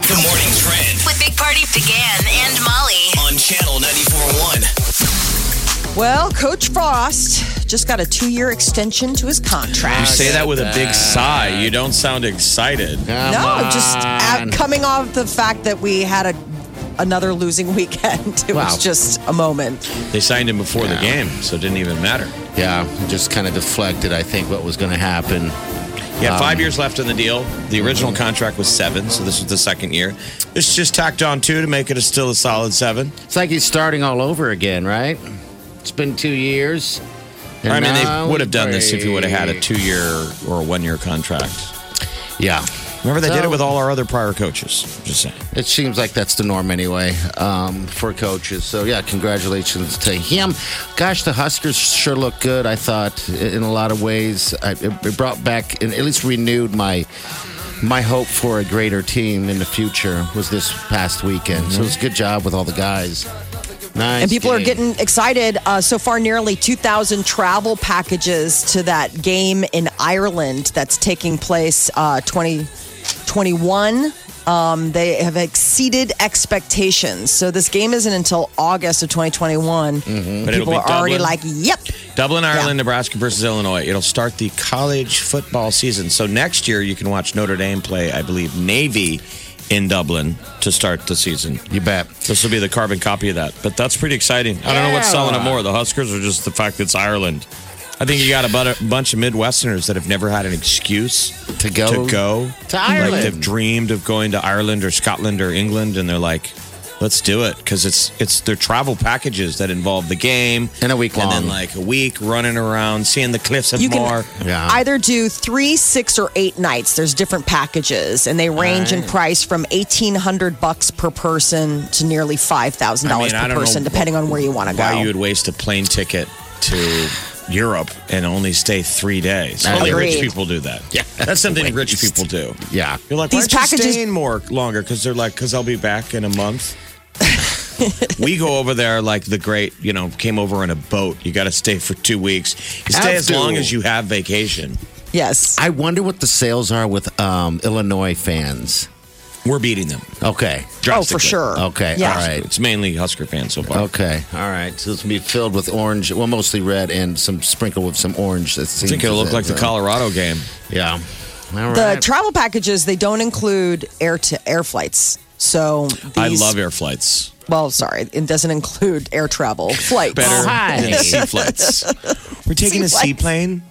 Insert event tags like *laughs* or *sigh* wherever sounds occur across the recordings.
The morning trend With Big Party began and Molly. on channel 941. Well, Coach Frost just got a two year extension to his You contract. say that with a big sigh. You don't sound excited. No, just out, coming off the fact that we had a another losing *laughs* weekend. It Wow. was just a moment. They signed him before the game, so it didn't even matter. Yeah, just kind of deflected, I think, what was going to happen. He had Um, five years left in the deal. The original contract was seven, so this was the second year. It's just tacked on two to make it a still a solid seven. It's like he's starting all over again, right? It's been two years. and I mean, now they would have done this if he would have had a break. two-year or a one-year contract. Yeah. Remember, they did So- it with all our other prior coaches. Just saying. It seems like that's the norm anyway um, for coaches. So, yeah, congratulations to him. Gosh, the Huskers sure look good, I thought, in a lot of ways. I, it it brought back and at least renewed my my hope for a greater team in the future was this past weekend. Mm-hmm. So, it was a good job with all the guys. Nice. And people are game. getting excited. Uh, so far, nearly 2,000 travel packages to that game in Ireland that's taking place uh, 2021. Um, they have exceeded expectations. So this game isn't until August of 2021. Mm-hmm. But People are already Dublin. like, yep. Dublin, Ireland, Nebraska versus Illinois. It'll start the college football season. So next year you can watch Notre Dame play, I believe, Navy in Dublin to start the season. You bet. This will be the carbon copy of that. But that's pretty exciting. I don't know what's selling it Yeah. more, the Huskers or just the fact that it's Ireland. I think you got a bu- a bunch of Midwesterners that have never had an excuse To go to go to Ireland. Like they've dreamed of going to Ireland or Scotland or England, and they're like, "Let's do it" because it's it's their travel packages that involve the game And a week and then long. like a week running around, seeing the cliffs of You can- Mar. Yeah. Either do three, six, or eight nights. There's different packages, and they range in price from eighteen hundred bucks per person to nearly five thousand I mean, dollars I per don't know person, depending on where you want to Why you go. would waste a plane ticket to Europe and only stay three days? That's Only rich Agreed. people do that. Yeah, *laughs* that's something rich people do. Yeah. You're like, why aren't These you packages- staying more longer? Because they're like, because I'll be back in a *laughs* month. we go over there like the great, you know, came over in a boat. You got to stay for two weeks. You stay Have as long to. as you have vacation. Yes, I wonder what the sales are with um, Illinois fans. We're beating them. Okay. oh for sure. Okay. Yeah. All right. Oh, It's mainly Husker fans so far. Okay. All right. So it's gonna be filled with orange. Well, mostly red and some sprinkle with some orange. That I seems uh, think it'll look like the Colorado game. Yeah. All The right. travel packages they don't include air to air flights. So these, I love air flights. Well, sorry, it doesn't include air *laughs* travel flights. Better hi. than sea *laughs* flights. We're taking Sea a flights. seaplane.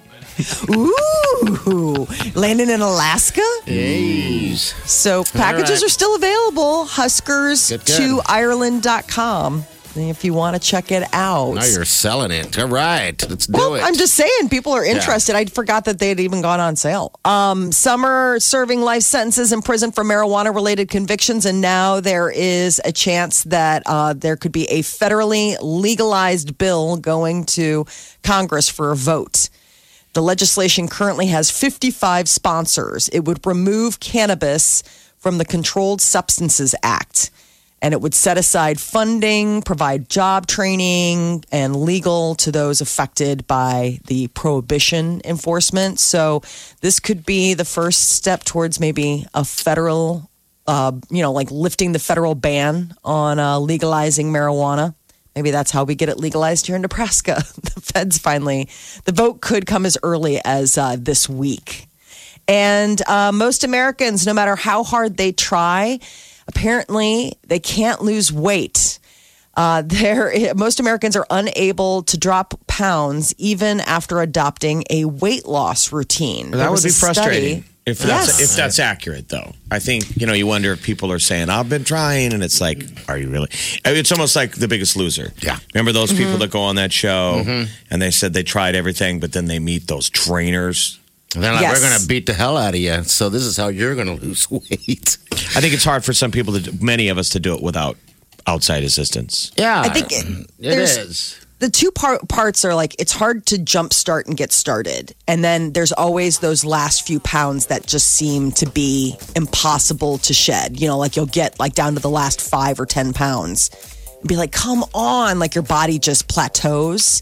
Ooh, landing in Alaska. Jeez. So packages right. are still available. Huskers Good, to good. Ireland.com if you want to check it out. Now you're selling it. All right. Let's do well, it. I'm just saying people are interested. I forgot that they had even gone on sale. Um, some are serving life sentences in prison for marijuana related convictions, and now there is a chance that uh, there could be a federally legalized bill going to Congress for a vote. The legislation currently has 55 sponsors. It would remove cannabis from the Controlled Substances Act. And it would set aside funding, provide job training, and legal to those affected by the prohibition enforcement. So this could be the first step towards maybe a federal, uh, you know, like lifting the federal ban on uh, legalizing marijuana. Maybe that's how we get it legalized here in Nebraska. *laughs* The feds finally, the vote could come as early as uh, this week. And uh, most Americans, no matter how hard they try, apparently they can't lose weight. Uh, *laughs* there, most Americans are unable to drop pounds even after adopting a weight loss routine. There That would was be a study- frustrating if that's Yes. if that's accurate, though. I think you know you wonder if people are saying I've been trying, and it's like, are you really? I mean, It's almost like The Biggest Loser. Yeah. remember those people that go on that show and they said they tried everything, but then they meet those trainers. And they're like, Yes. we're gonna beat the hell out of you. So this is how you're gonna lose *laughs* weight. I think it's hard for some people to, do, many of us, to do it without outside assistance. Yeah, I think it- it there's- is. the two par- parts are like it's hard to jumpstart and get started and then there's always those last few pounds that just seem to be impossible to shed you know like you'll get like down to the last five or ten pounds and be like come on like your body just plateaus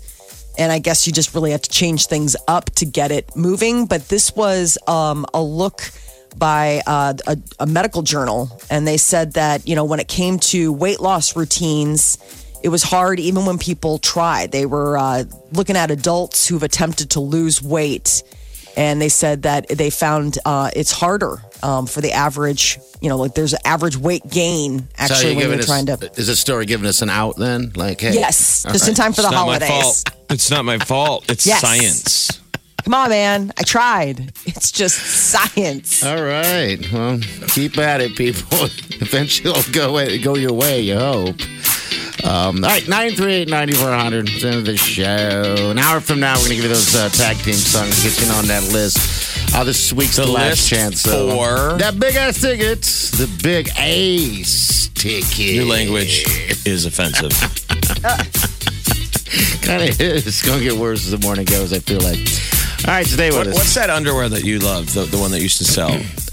and i guess you just really have to change things up to get it moving but this was um, a look by uh, a, a medical journal and they said that you know when it came to weight loss routines it was hard even when people tried. They were uh, looking at adults who've attempted to lose weight, and they said that they found uh, it's harder um, for the average. You know, like there's an average weight gain So actually when giving you're trying us- to. Is this story giving us an out then? Like, hey, Yes, all just in right. time for the it's holidays. Not my fault. It's not my fault. It's Yes. science. Come on, man! I tried. It's just science. All right. Well, keep at it, people. *laughs* Eventually, it'll go go your way. You hope. Um, all right, 938-9400. It's the end of the show. An hour from now, we're going to give you those uh, tag team songs. Get you on that list. Uh, this week's the, The last list chance. though. for- that big ass ticket. The big ace ticket. Your language is offensive. Kind of is. It's going to get worse as the morning goes, I feel like. All right, today What, with us. what's that underwear that you love? The, the one that used to sell?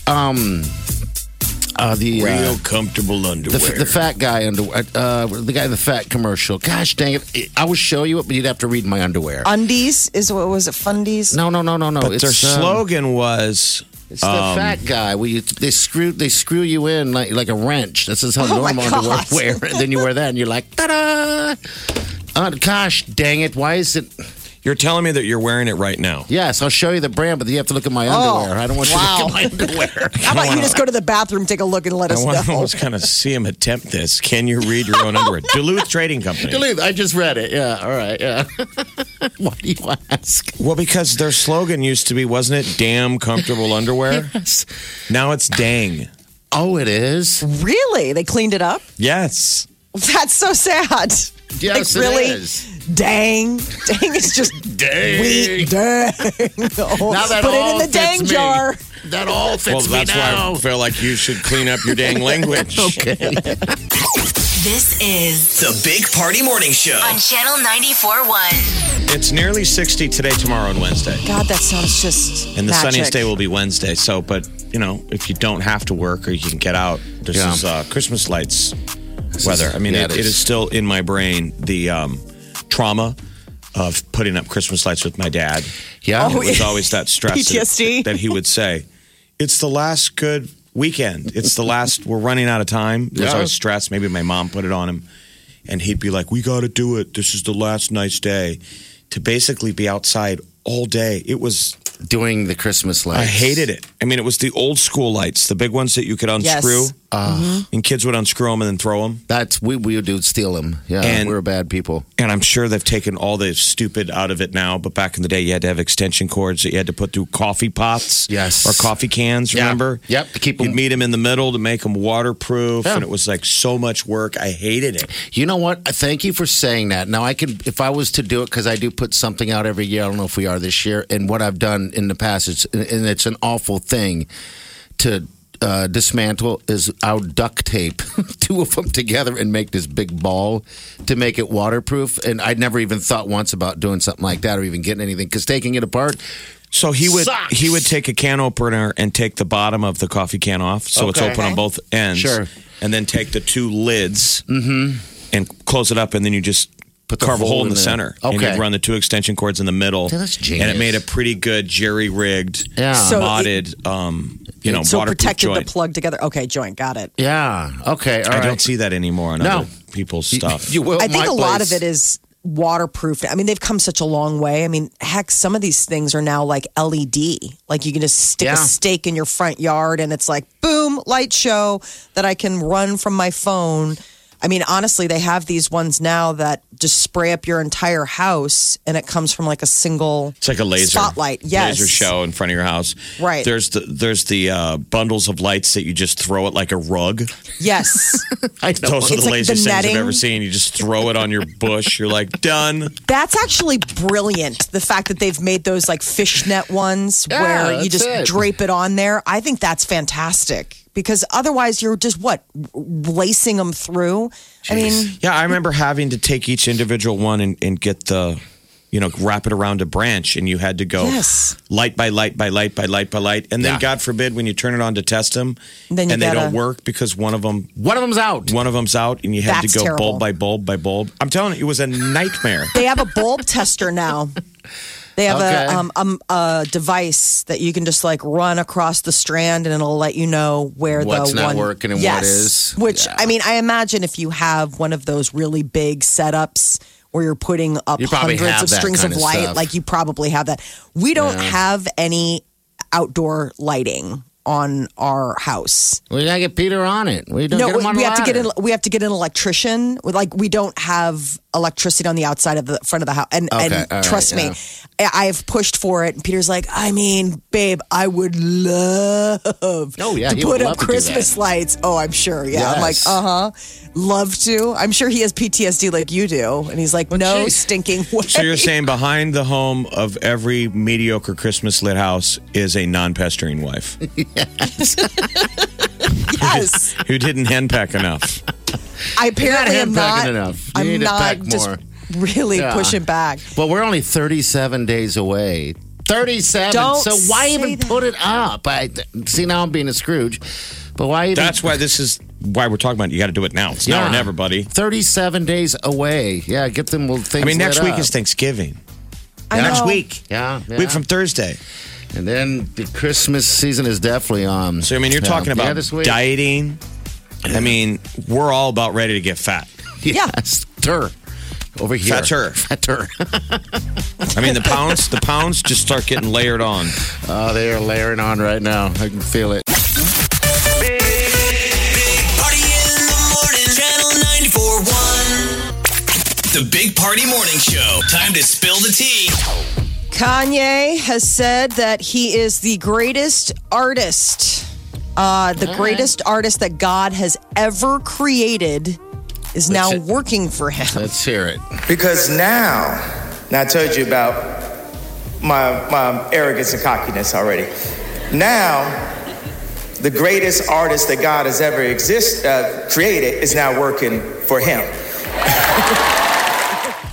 um, uh, the, uh, Real comfortable underwear. The, f- the fat guy underwear. Uh, the guy in the fat commercial. Gosh dang it! I will show you it, but you'd have to read my underwear. Undies is what was it? Fundies. no, no, no, no, no. but it's their um, slogan was It's the Um, fat guy. Where you, they screw they screw you in like like a wrench. This is how Oh, my normal underwear *laughs* gosh. wear. And then you wear that, and you're like, ta da! Uh, gosh dang it! Why is it? You're telling me that you're wearing it right *laughs* now. Yes, I'll show you the brand, but you have to look at Oh, my underwear. I don't want you to look at my *laughs* *laughs* underwear. How about you just go to the bathroom, take a look, and let I us want to know? almost kind of see him attempt this. Can you read your own *laughs* underwear? Duluth Trading Company. Delete. I just read it. Yeah. All right. Yeah. *laughs* Why do you ask? Well, because their slogan used to be, wasn't it, damn comfortable *laughs* underwear? Now it's dang. Oh, it is. Really? They cleaned it up. Yes. That's so sad. Yes, like, really? it is. Dang. Dang is just Dang. weak. Dang. No. Now that Put it all in the dang fits me. jar. That all fits Well, that's me why now. I feel like you should clean up your dang *laughs* language. This is The Big Party Morning Show. on Channel 94.1. It's nearly 60 today, tomorrow, and Wednesday. God, that sounds just. And the magic. sunniest day will be Wednesday. So, but, you know, if you don't have to work or you can get out, this Yeah. is uh, Christmas lights weather. I mean, yeah, it, it it is. is still in my brain the um, trauma of putting up Christmas lights with my dad. yeah. Oh, It was always *laughs* that stress PTSD. That, that he would say, "It's the last good weekend. It's the last. We're running out of time." There was Yeah. always stress. Maybe my mom put it on him, and he'd be like, "We got to do it. This is the last nice day." To basically be outside all day, it was. Doing the Christmas lights. I hated it. I mean, it was the old school lights, the big ones that you could unscrew, Mm-hmm. and kids would unscrew them and then throw them. That's we we would steal them. Yeah, And- we were bad people. And I'm sure they've taken all the stupid out of it now, but back in the day, you had to have extension cords that you had to put through coffee pots Yes. or coffee cans, Yeah. remember? Yep, to keep 'em- You'd meet them in the middle to make them waterproof, Yeah. and it was like so much work. I hated it. You know what? Thank you for saying that. Now I can, if I was to do it, because I do put something out every year. I don't know if we are this year. And what I've done in the past, it's, and it's an awful thing to uh, dismantle. Is I'll duct tape *laughs* two of them together and make this big ball to make it waterproof. And I never even thought once about doing something like that or even getting anything because taking it apart. So he would Sucks. he would take a can opener and take the bottom of the coffee can off, so it's Okay. open on both ends. Sure. Mm-hmm. and then take the two lids and close it up, and then you just Put the carve a hole hole in in the there. center. and Okay. you run the two extension cords in the middle. Yeah, that's And genius. it made a pretty good jerry rigged, Yeah. So it- modded, um, you know, So waterproof protected joint. the plug together. Okay, joint. Got it. Yeah. Okay. All I right. don't see that anymore on No. other people's stuff. *laughs* You will. I think my a lot of place. it is waterproof. I mean, they've come such a long way. I mean, heck, some of these things are now like LED. Like you can just stick Yeah. a stake in your front yard and it's like, boom, light show that I can run from my phone. I mean, honestly, they have these ones now that just spray up your entire house and it comes from like a single It's like a laser spotlight. Yes. laser show in front of your house. Right. There's the there's the uh, bundles of lights that you just throw it like a rug. *laughs* Yes. I know. Those are It's the like laser the things I've netting. ever seen. You just throw it on your bush. You're like done. That's actually brilliant. The fact that they've made those like fishnet ones Yeah, where you that's just it. drape it on there. I think that's fantastic because otherwise you're just what lacing them through. I mean, Yeah, I remember having to take each individual one and, and get the, you know, wrap it around a branch, and you had to go Yes. light by light by light by light by light, and then Yeah. God forbid when you turn it on to test them, Then you and they gotta- don't work because one of them One of them's out. one of them's out, and you had That's to go terrible. bulb by bulb by bulb. I'm telling you, it was a nightmare. *laughs* they have a bulb tester now. They have Okay. a, um, um, a device that you can just like run across the strand and it'll let you know where What's the not one working and what yes, is. Which Yeah. I mean, I imagine if you have one of those really big setups where you're putting up You probably hundreds have of that strings kind of of light, stuff. like you probably have that. We don't have any outdoor lighting on our house. We gotta get Peter on it. We don't No, get him we, on we a have to get ladder. in. We have to get an electrician. We- Like we don't have electricity on the outside of the front of the house. And, Okay, all and right, trust me, I- I've pushed for it. And Peter's like, I mean, babe, I would love. Oh, yeah, to he put would up love to do that. Christmas lights. Oh, I'm sure. Yeah, I'm like, Yes. uh huh, love to. I'm sure he has PTSD like you do. And he's like, no geez. stinking way. *laughs* So you're saying behind the home of every mediocre Christmas lit house is a non-pestering wife *laughs* yes. who didn't henpeck enough. I apparently am hand-packing not. enough. You I'm need to not pack just more. really Yeah. pushing back. But we're only 37 days away. 37. Don't so why say even that. put it up? I see now I'm being a Scrooge. But why even That's why this is why we're talking about. It. You got to do it now. It's now or Yeah. never, buddy. 37 days away. Yeah, get them little things. I mean, next lit week up. is Thanksgiving. I Next know. week. Yeah, yeah. Week from Thursday. and then the Christmas season is definitely on. So I mean, you're Yeah. talking yeah, about this week. dieting. I mean, we're all about ready to get fat. Yes, tur over here. Fatter. Fatter. *laughs* I mean, the pounds, the pounds just start getting layered on. oh, they are layering on right now. I can feel it. Big Party in the morning. Channel 941. The Big Party Morning Show. Time to spill the tea. Kanye has said that he is the greatest artist. Uh, the greatest artist that God has ever created is now it. working for him. *laughs* Let's hear it. Because now, now I told you about my, my arrogance and cockiness already. Now, the greatest artist that God has ever exist, uh, created is now working for him.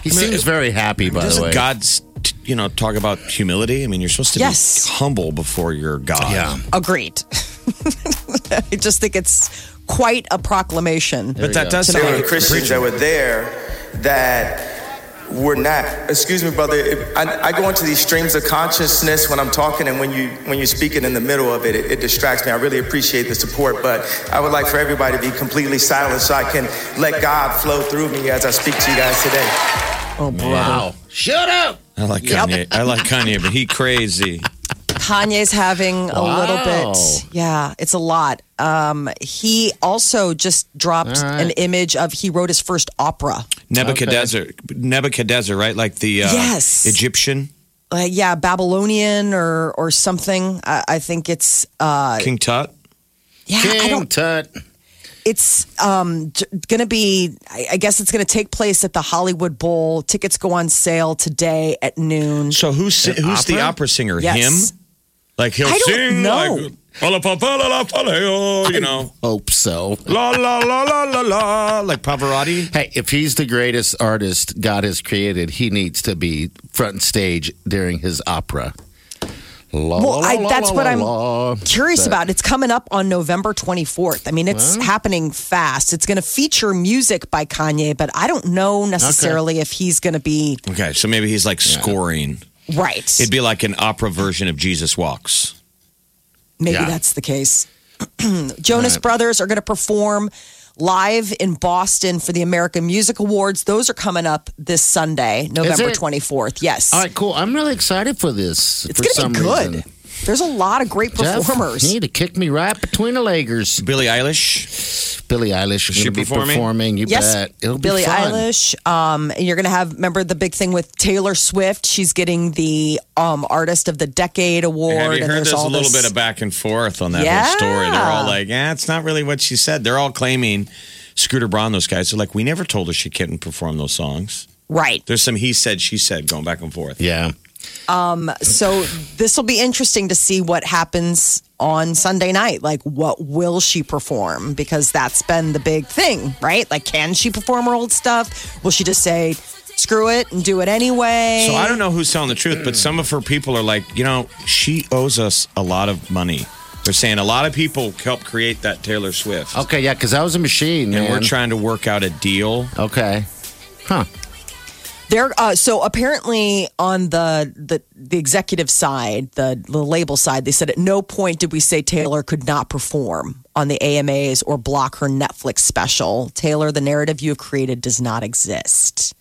He seems very happy, by the way. Doesn't God, you know, talk about humility? I mean, you're supposed to Yes. be humble before your God. yeah. Agreed. *laughs* I just think it's quite a proclamation. But that does There were sound Christians that were there that were not. Excuse me, brother. if- I, I go into these streams of consciousness when I'm talking, and when you when you're speaking in the middle of it, it, it distracts me. I really appreciate the support, but I would like for everybody to be completely silent so I can let God flow through me as I speak to you guys today. Oh, Wow. Shut up. I like Kanye. I like Kanye, but he *laughs* crazy. Kanye's having a little Wow. bit. Yeah, it's a lot. Um, he also just dropped All right. an image of he wrote his first opera. Nebuchadnezzar, Nebuchadnezzar, right? Like the uh, Yes. Egyptian Uh, yeah, Babylonian or or something. I, I think it's uh, King Tut. yeah. I King don't. Tut. It's um, j- gonna be. I, I guess it's gonna take place at the Hollywood Bowl. Tickets go on sale today at noon. So who's si- who's the opera? opera singer? Yes. Him? Like he'll I don't sing know. like "Fa la fa fa la la fa la," *laughs* you know. Hope so. La la la la la la like Pavarotti. Hey, if he's the greatest artist God has created, he needs to be front and stage during his opera. La, Well, la, I, la, that's la, what la, I'm la. curious about. It's coming up on November 24th. I mean, it's happening fast. It's going to feature music by Kanye, but I don't know necessarily if he's going to be Okay, so maybe he's like scoring. right. It'd be like an opera version of Jesus Walks. Maybe Yeah. that's the case. *clears throat* Jonas Brothers are going to perform live in Boston for the American Music Awards. Those are coming up this Sunday, November it? 24th. Yes. All right, cool. I'm really excited for this. it's for going some to be good. reason. There's a lot of great Jeff, performers. you need to kick me right between the leggers. Billie Eilish. Billie Eilish is she going to be performing? performing. You Yes, bet. It'll Billie be fun. Eilish. Um, and you're going to have. Remember the big thing with Taylor Swift? She's getting the um, Artist of the Decade award. Have you and heard there's there's all a little this- bit of back and forth on that Yeah. whole story? They're all like, yeah, it's not really what she said. They're all claiming Scooter Braun, those guys are like, we never told her she couldn't perform those songs. right. There's some he said, she said going back and forth. Yeah. Um, so this will be interesting to see what happens on Sunday night. Like, what will she perform? Because that's been the big thing, right? Like, can she perform her old stuff? Will she just say, screw it and do it anyway? So I don't know who's telling the truth, but some of her people are like, you know, she owes us a lot of money. They're saying a lot of people helped create that Taylor Swift. Okay, yeah, because I was a machine, And man. we're trying to work out a deal. Okay. Huh. They're uh, so apparently on the, the the executive side, the the label side, they said at no point did we say Taylor could not perform on the AMAs or block her Netflix special. Taylor, the narrative you have created does not exist.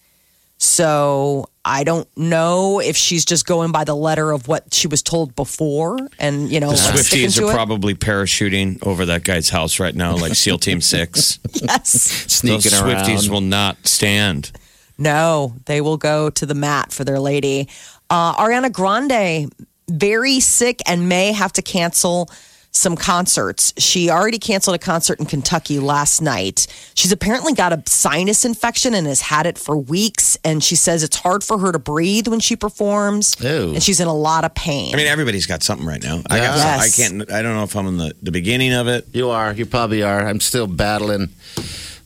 So I don't know if she's just going by the letter of what she was told before, and you know, The sticking Swifties to are it. probably parachuting over that guy's house right now, like SEAL *laughs* Team Six. *laughs* *laughs* yes. Sneaking Those around. Swifties will not stand. No, they will go to the mat for their lady. Uh, Ariana Grande, very sick and may have to cancel some concerts. She already canceled a concert in Kentucky last night. She's apparently got a sinus infection and has had it for weeks. And she says it's hard for her to breathe when she performs. Ew. And she's in a lot of pain. I mean, everybody's got something right now. I got. Yeah. I Yes. can't. I don't know if I'm in the, the beginning of it. You are. You probably are. I'm still battling.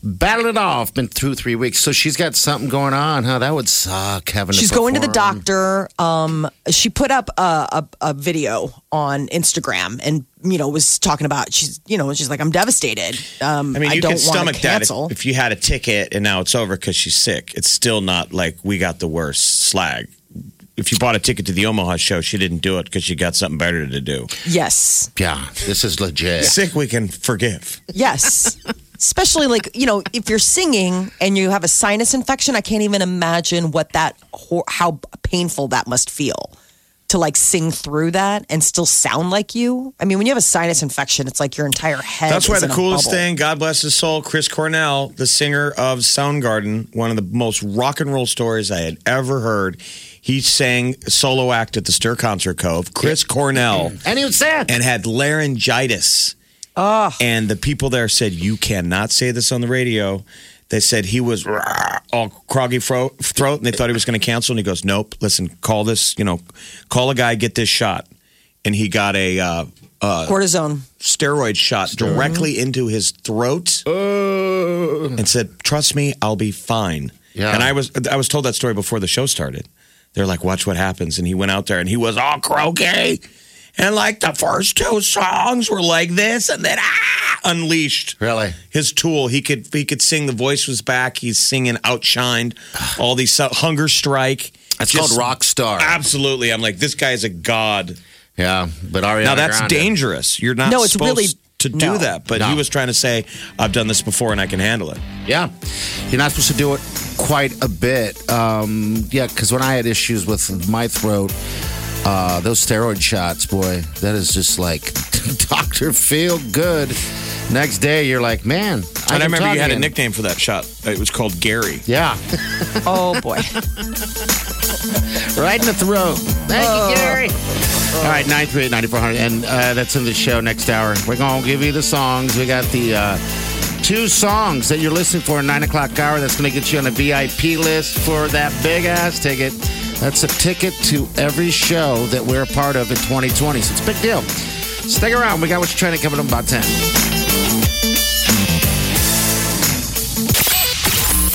Battling it off. Been through three weeks. So she's got something going on, huh? That would suck having to She's going to the perform. doctor. Um, she put up a, a, a video on Instagram and, you know, was talking about, she's, you know, she's like, I'm devastated. Um, I mean, you don't can want stomach to that cancel. if, if you had a ticket and now it's over because she's sick. It's still not like we got the worst slag. If you bought a ticket to the Omaha show, she didn't do it because she got something better to do. yes. Yeah, this is legit. Sick, we can forgive. Yes. *laughs* Especially like, you know, if you're singing and you have a sinus infection, I can't even imagine what that, hor- how painful that must feel to like sing through that and still sound like you. I mean, when you have a sinus infection, it's like your entire head. That's why is the in a coolest bubble. thing, God bless his soul, Chris Cornell, the singer of Soundgarden, one of the most rock and roll stories I had ever heard. He sang solo act at the Stir Concert Cove. Chris *clears throat* Cornell. And he was sad. and had laryngitis. And the people there said, You cannot say this on the radio. They said he was rah, all croggy fro- throat and they thought he was going to cancel. And he goes, Nope, listen, call this, you know, call a guy, get this shot. And he got a uh, Cortisone. steroid shot directly into his throat and said, Trust me, I'll be fine. Yeah. And I was I was told that story before the show started. They're like, watch what happens. And he went out there and he was all croaky. And like the first two songs were like this and then ah, unleashed. Really? His tool, he could he could sing, the voice was back, he's singing outshined, all these so- hunger strike. That's Just- called rock star. Absolutely. I'm like, this guy is a god. yeah, but Ariana Now that's Grande. dangerous. You're not No, it's supposed really- to do no. that. But No. he was trying to say, I've done this before and I can handle it. Yeah, you're not supposed to do it quite a bit. Um, yeah, because when I had issues with my throat, uh, those steroid shots, boy, that is just like *laughs* Doctor Feel Good. Next day, you're like, And man, I I can remember talk you had a again. nickname for that shot. It was called Gary. Yeah, Oh boy. *laughs* right in the throat. Thank you, Gary. Oh. All right, 938 9400. And uh, that's in the show next hour. We're going to give you the songs. We got the uh, two songs that you're listening for in 9 o'clock hour. That's going to get you on a VIP list for that big ass ticket. That's a ticket to every show that we're a part of in 2020. So it's a big deal. Stick around. We got what you're trying to coming up in about 10.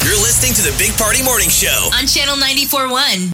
You're listening to the Big Party Morning Show. on Channel 94.1.